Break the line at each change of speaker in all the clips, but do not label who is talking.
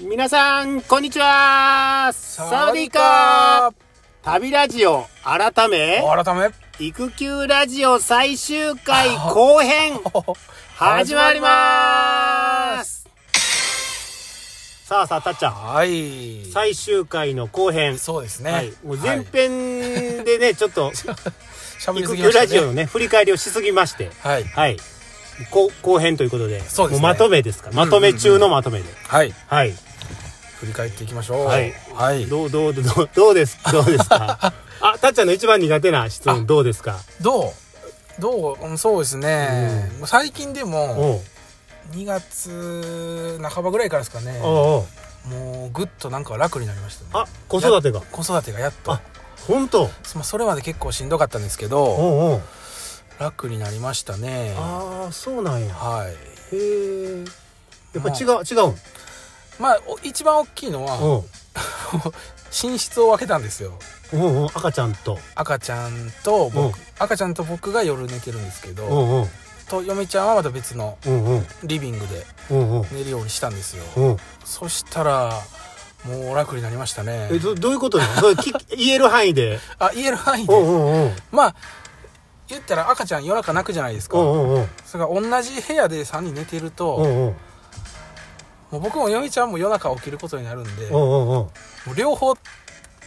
皆さん、こんにちはサワディーカー旅ラジオ、改め、
改め
育休ラジオ最終回 後編、始まりますさあさあ、たっちゃん、
はい
最終回の後編。
そうですね、
はい。もう前編で ね、ちょっと、
しゃべりす
育
ぎま
休
した
ラ
ね
ジオのね、振り返りをしすぎまして、
はい
はい。後後編ということで、
そうですね
もまとめですから、まとめ中のまとめで。
はい
はい。
振り返っていきましょう
はい
はいど
どうどうどう どうですどうです か。あ、たっちゃんの一番苦手な質問どうですか。
うどううんそうですね、最近でも
おう
2月半ばぐらいからですかね
おうおう。
もうぐっとなんか楽になりましたね
あ、子育てが。
子育てがやっと
あ本当。
そまあそれまで結構しんどかったんですけ
おう
ど
おう。
楽になりましたね
ああ、そうなんや。
はい
へえ。やっぱ違う違うん。
まあお一番大きいのは
おう
寝室を分けたんですよ
おうおう赤ちゃんと。
赤ちゃんと僕、
うん
赤ちゃんと僕が夜寝てるんですけ
お
ど、
うおう
と嫁ちゃんはまた別の
おうおう
リビングで
おうおう
寝るようにしたんですよ、
おう。
そしたらもう楽になりましたね
えどどういうこと なの？それき言える範囲で。
あ言える範囲
おう
で
おうおう
まあ言ったら赤ちゃん夜中泣くじゃないですか
おうおうおう
それから同じ部屋で3人寝てると
おうおう
もう僕も嫁ちゃんも夜中起きることになるんで
お
も
うおうおう。
う両方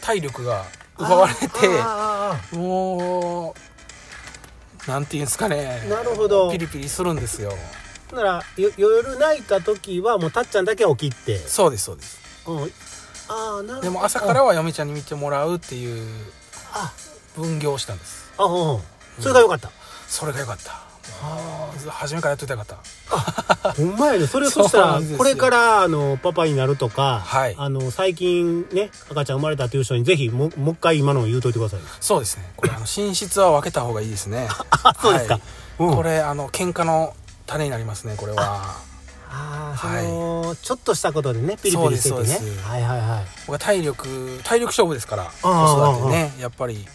体力が奪われて
あ
もうなんていうんですかね
ーなるほど
ピ。リピリするんですよ
ならよ夜泣いた時はもうたっちゃんだけ起きて。
そうですそうです
うん、ああなるほど
でも朝からは嫁ちゃんに見てもらうっていう
あ
分業をしたんです
あうんそれが良かった、
それが良かったもう初めからやっといたらよかった
ほんまやねそれ
そう
そした
な
ら
んですよ
これからあのパパになるとか、
はい
あの最近ね赤ちゃん生まれたっていう人にぜひももう一回今のを言うといてください
そうですねこれあの寝室は分けた方がいいですね
あ そうですか
はい
うん
これあの喧嘩の種になりますねこれは
あ
ー
その、ちょっとしたことでねピリピ
そう
リ
で
し
す
てて
そうで
ね
す
はいはいはい
僕は体力体力勝負ですから
あ
子育てねやっぱり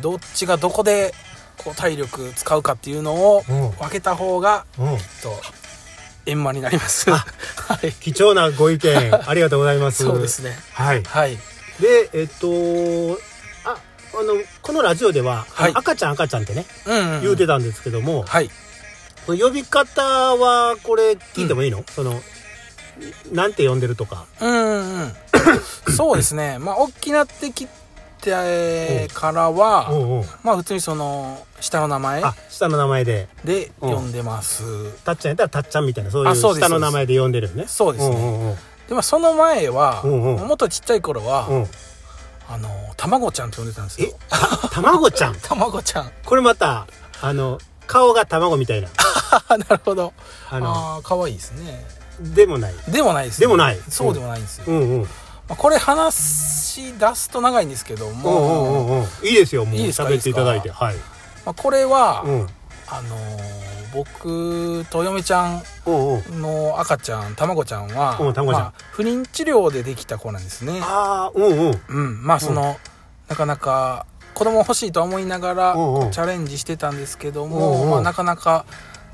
どっちがどこでこう体力使うかっていうのを
うん
分けた方が
うん
と円満になります。 はい。
貴重なご意見 ありがとうございます
そうですね。
はい
はい。
でえっとああのこのラジオでは、
はい
赤ちゃん赤ちゃんってね
うん、
言うてたんですけども、
はい。
この呼び方はこれ聞いてもいいの、そのなんて呼んでるとか
うんうん。 そうですね。まあ、大きなってきてからは、
おうおう
まあ、普通にその、下の名前
あ下の名前で
で
うん
呼んでます。
たっちゃんやったらたっちゃんみたいなそういう
あそうです
下の名前で呼んでるよね
そうですね。
ね
で、まあ、その前は、
うんうん
もっとちっちゃい頃は、
うん
あの、たまごちゃんって呼んでたんです
え
よ。
たたまごちゃん
たまごちゃん。
これまたあの顔が卵みたいな
あなるほど。
あの
ああー、かわいいですね。
でもない
でもないです、
でもない
そうでもないんですよ。
うんうん
まあ、これ話し出すと長いんですけど
おうおうお
も、
うおういいですよもう
いいですか
喋っていただいて
いいで
はい
まあ、これは、
うん
あのー僕と嫁ちゃ
おうおうん
の赤ちゃんたまごちゃんは、
うんたまごちゃん
まあ不妊治療でできた子なんですね。
ああうんうん
うん、まあその、なかなか子供欲しいとは思いながら、
うんうん
チャレンジしてたんですけども、
うんうん
まあ、なかなか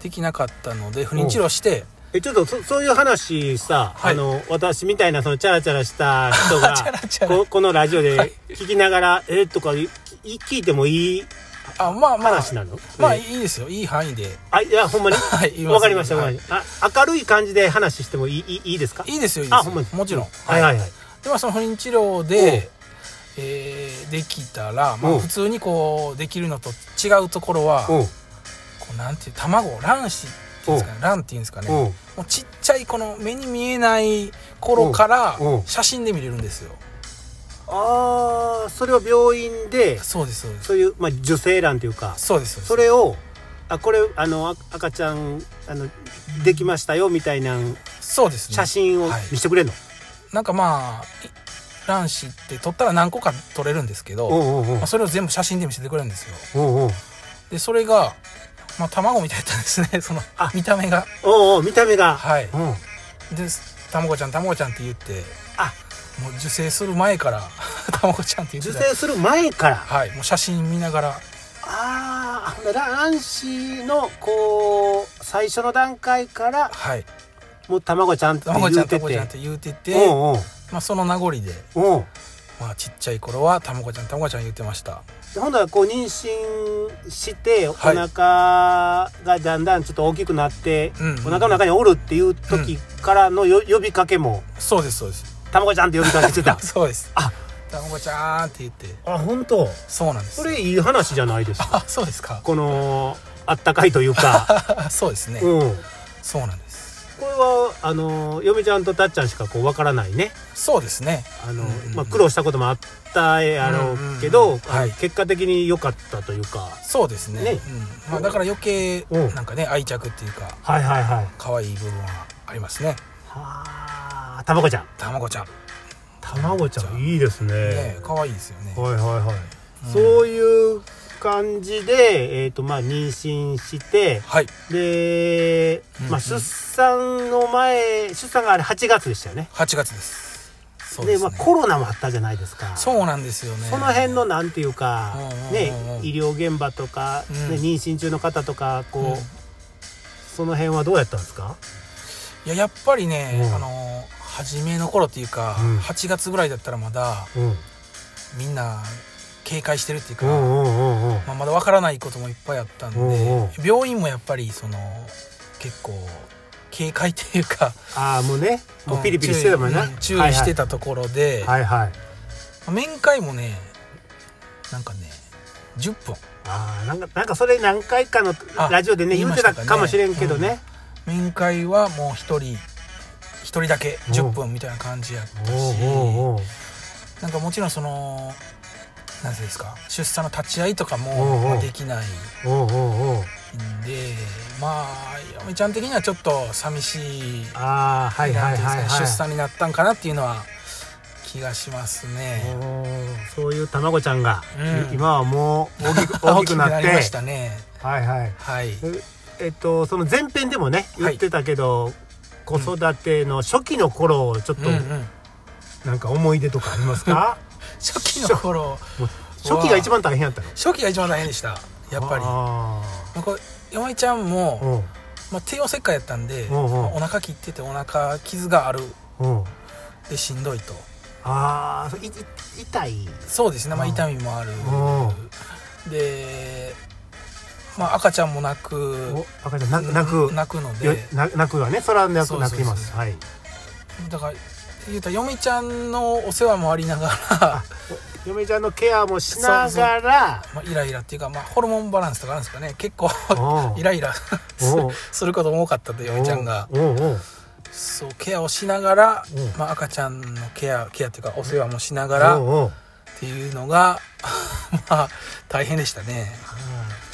できなかったので不妊治療して、
えちょっとそそういう話さ、
はい
あの私みたいなそのチャラチャラした人が
チ ャラチャラ
こ このラジオ
は
で
い
聞きながら、えーとかいい聞いてもいい
あまあまあ
話なの
まあ
えー
いいですよいい範囲で
あいやほんまに
はい言います
わかりましたわか
は
り
い
ました、あ明るい感じで話してもいいいいいいですか
いいですよいいで
あ
す
ほ
よ
んまに
もちろん、
はいはいはい
でまあその不妊治療で、えーできたら、ま
うん
あ、普通にこうできるのと違うところはこ
おう
うなんていう卵卵子っていうんですかね卵っていうんですかね
お
も
う
うちっちゃいこの目に見えない頃から
うんうん
写真で見れるんですよ
ああそれを病院で
そうですそうです
そういう、まあ、受精卵というか
そうです
そ
そうです
れをあこれあのあ赤ちゃんあのできましたよみたいな
そうですね
写真を
はい
見せてくれんの、
なんかまあい卵子って撮ったら何個か撮れるんですけど、
おうおうおう
まあ、それを全部写真で見せてくれるんですよ
おうおう
でそれがまあ卵みたいだったんですね その
あ
見た目が
おうおう見た目が、
はい
うん
で「たまごちゃんたまごちゃん」って言って
あ
もう受精する前から 「たまごちゃん」って
受
言って
精
た
する前から
はいもう写真見ながら
ああ卵子のこう最初の段階から
はい
もう卵ちゃんと
卵ち
言
ゃ
うんて
卵ち
て
ゃんって言うてて、
うんうん
まあ、その名残で、
うん
まあ、ちっちゃい頃は卵ちゃん卵ちゃん言ってました
でほんならこう妊娠してお
はい
腹がだんだんちょっと大きくなって、
うんうん
お腹の中におるっていう時からのよ、呼びかけも
そうですそうです
「たまごちゃん」って呼びかけて た
そうです
あ
卵ちゃんって言って
あ本当
そうなんです
それいい話じゃないですか
あそうですか
このあったかいというか
そうですね、
うんこ
そうなんです
れはあの嫁ちゃんとたっちゃんしかこうわからないね
そうですね
あの、
うんうんうん
まあ、苦労したこともあったやろうけど、
うんうんうんはい
結果的に良かったというか
そうですね
ね
うんまあ、だから余計
うん
なんかね愛着っていうか
はいはいはいは
可愛い部分はありますね
あたまごちゃん
卵ちゃんね
たまごちゃんいいですね
可愛いですよね
はいはいはい、そういう感じで、えーとまあ、妊娠して
はい
で、
うんうん
まあ、出産の前出産があれ8月でしたよね
8月ですそう
で
です
ま
ね
あ、コロナもあったじゃないですか
そうなんですよね
その辺のなんていうか、
うん
ね
うんうんうん
医療現場とか、
うん
ね、妊娠中の方とかこう、
うん
その辺はどうやったんですか
いややっぱりね、
うん
あのー初めの頃っていうか、
うん
8月ぐらいだったらまだ
うん
みんな警戒してるっていう
う
か、
んうんうんうん
まあ、まだわからないこともいっぱいあったんで、
うんうん
病院もやっぱりその結構警戒っていうか
ああもうね もうピリピリしてたもんね、
うん注意うん注意してたところで、
はいはい、はいはい、
面会もねなんかね10分
ああなんかなんかそれ何回かの
あ
ラジオでね言
言いま
っ
してた
た
かね
かもしれんけどね、
面会はもう1人1人だけ10分みたいな感じやったし、
おうおうおう
なんかもちろんそのなんていうんですか出産の立ち会いとか
うんうん
もまあできない
おうおうおうん
でまあ嫁ちゃん的にはちょっと寂しい
ああはいは
ないんていうん
はい、は
で
い、
すかね出産になったんかなっていうのは気がしますね。
おうそういうたまごちゃんが、
うん
今はもう大きく大
大
き
き
く
く
な
な
って
りましたね。
はいはい
はい。
ええっとその前編でもね
は
言
い
ってたけど、子育ての初期の頃をちょっと
うんうん、
なんか思い出とかあります か、
初期の頃
もう初期が一番大変やったの
初期が一番大変でしたやっぱり
あ
まあこれ嫁ちゃん
ー
も、まあ、帝王切開やったんで、
うんうん
まあお腹切っててお腹傷がある
うんうん
でしんどいと
ああそういい痛い
そうですね、まあ、
うん
痛みもある
うん
で、まあ、赤ちゃんも泣く
お赤ちゃん泣く泣く
泣くの
よ
で
泣泣くわねそれは泣
そ
く
う
泣
そうそう
きますはい
だから言うたら嫁ちゃんのお世話もありながら
嫁ちゃんのケアもしながら
まあ、イライラっていうか、まあ、ホルモンバランスとかなんですかね結構
うん
イライラ
おう
することも多かったんで嫁ちゃんが
おうおう
そうケアをしながら
うん、
まあ、赤ちゃんのケアケアっていうかお世話もしなが
お
ら
うおう
っていうのが まあ大変でしたね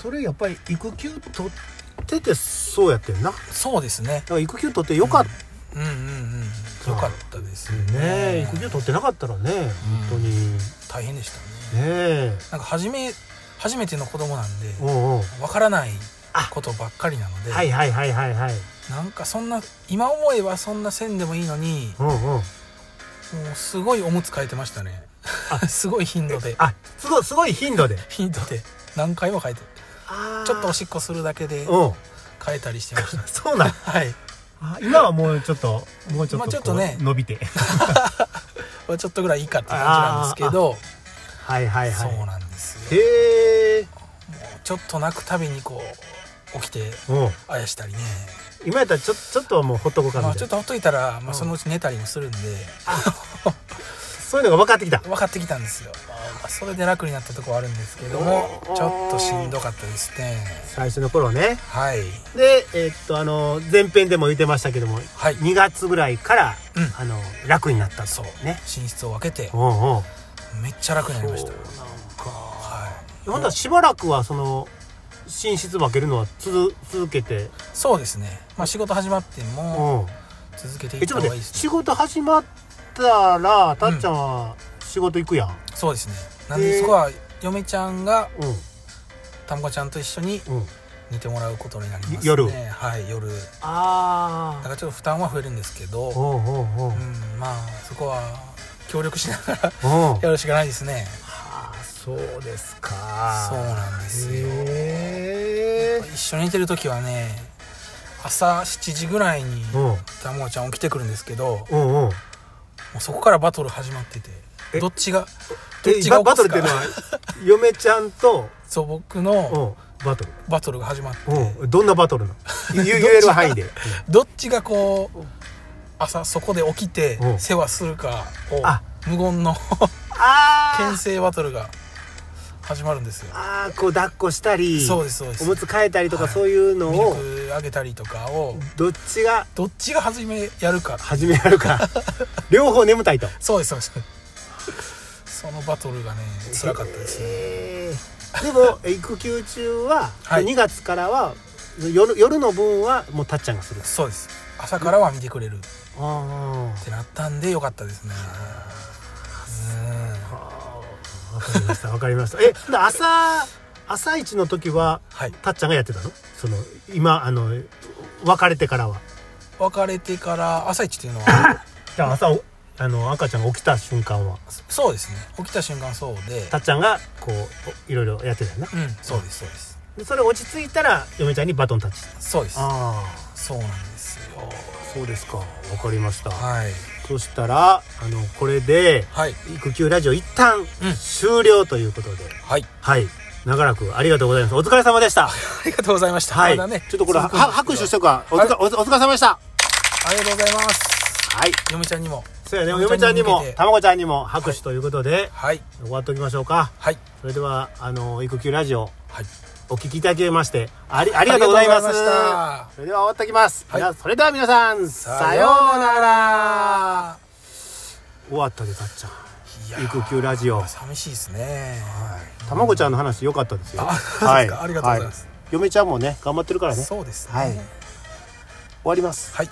それやっぱり育休取っててそうやってんなだか
そうですね
ら育休取ってよかっ
うんうんうんよかったです
たね,、育休取ってなかったらね本当に、ね
大変でしたね
え
なんか初め初めての子供なんで
おうおう
わからない
あ
ことばっかりなので、
はいはいはいはいはい
なんかそんな今思えばそんな線でもいいのに
おうおう
もうすごいおむつ変えてましたね すごい頻度で
あすごいすごい頻度で
頻度で何回も変えてちょっとおしっこするだけで
おうん
変えたりしてました
そうなん
はい
あ今はもうちょっともうちょっと
まあちょっ
ことう
ね
伸びて
まあちょっとぐらいいいかっていう感じなんですけど
はいはいは
そう
い
なんですよ
へえ
ちょっと泣くたびにこう起きて
うん
あやしたりね
今やったらちょちょっとはもうほっとこうかみ
ま
たい
あ
な、
ちょっとほっといたら、
う
ま
ん
あ、そのうち寝たりもするんで
そういうのが分かってきた
分かってきたんですよ、まあ、それで楽になったとこはあるんですけども
うん
ちょっとしんどかったですね
最初の頃ね
はい
でえっとあの前編でも言ってましたけども
はい
2月ぐらいから、
うん
あの楽になった
そう
ね
寝室を分けて
おうんうん
めっちゃ楽になりました
そう
はい
ほんならしばらくはその寝室分けるのは続続けて
そうですねまあ仕事始まって
うん
も続けてい
え
っ
ち
た
ょっ
方
と
が
待
い
って
いですね
仕事始まったらたっちゃんは仕事行くやん
そうですねなん
えー
でそこは嫁ちゃんが
う
たんこちゃんと一緒に
んうん
寝てもらうことになりますね
夜
はい夜だ
あ
か
あ
らちょっと負担は増えるんですけど
おうおうおう
うんまあそこは協力しながら
おう
やるしかないですね
あーそうですか
そうなんですよ
へえ
一緒にいてる時はね朝7時ぐらいに
うん
ダモーちゃん起きてくるんですけども
うんうん
うそこからバトル始まってて
え
どっちがどっ
え
ちが
ババ
起こ
ト
す
ルって
か
いうのは嫁ちゃんと、
そう僕の
うん、バトル
バトルが始まって
うん、どんなバトル なの言言える範囲で、
どっちがこう朝そこで起きて
うん
世話するか
あ
を無言の
あ
牽
ー
制バトルが始まるんですよ
あーこう抱っこしたり
そうですそうです
おむつ替えたりとか、
はい
そういうの
ミ
を
ルクあげたりとかを
どっちが
どっちが初めやるか
始められる か両方眠たいと
そうですそう ですそのバトルがね辛かったですね
えーでも育休中は、
はい
2月からは夜夜の分はもうたっちゃんがする
そうです朝からは見てくれるっ
あ
てなったんでよかったですねうん
あ分かりました分かりました えで朝朝一の時は
はい
たっちゃんがやってたのその今あの別れてからは
別れてから朝一っていうの は
じゃあ朝おあの赤ちゃんが起きた瞬間は
そうですね起きた瞬間そうで
たっちゃんがこうおいろいろやってたよな
うんそうですそうです
でそれ落ち着いたら嫁ちゃんにバトンタッチ
そうです
あ
そうなんですよ
あそうですか分かりました
はい
そしたらあのこれで
はい
育休ラジオ一旦
うん
終了ということで、
はい
はい長らくありがとうございますお疲れ様でした
ありがとうございました
はい、
まだね
ちょっとこれは
続くん
拍
ですけど
手しとくわお疲れお疲れ様でした
ありがとうございます
はい
嫁ちゃんにも
そうやね
嫁
嫁
ち
ち
ゃ
ゃ
ん
ん
に
に
も
もたまごちゃんにも拍手ということで、
はい
終わっておきましょうか
はい
それではあの育休ラジオ
はい
お聞きいただきましてありありがとうございます
ありがとうございました
それでは終わってきます、
はい
じゃあそれでは皆さんさようなら
ら
終わったでたっちゃん
いやー
育休ラジオ
寂しいですね
たまごちゃんの話良かったですよ
あそうですかありがとうございます
は嫁ちゃんもね頑張ってるからね終
そうですね
はい終わります
はい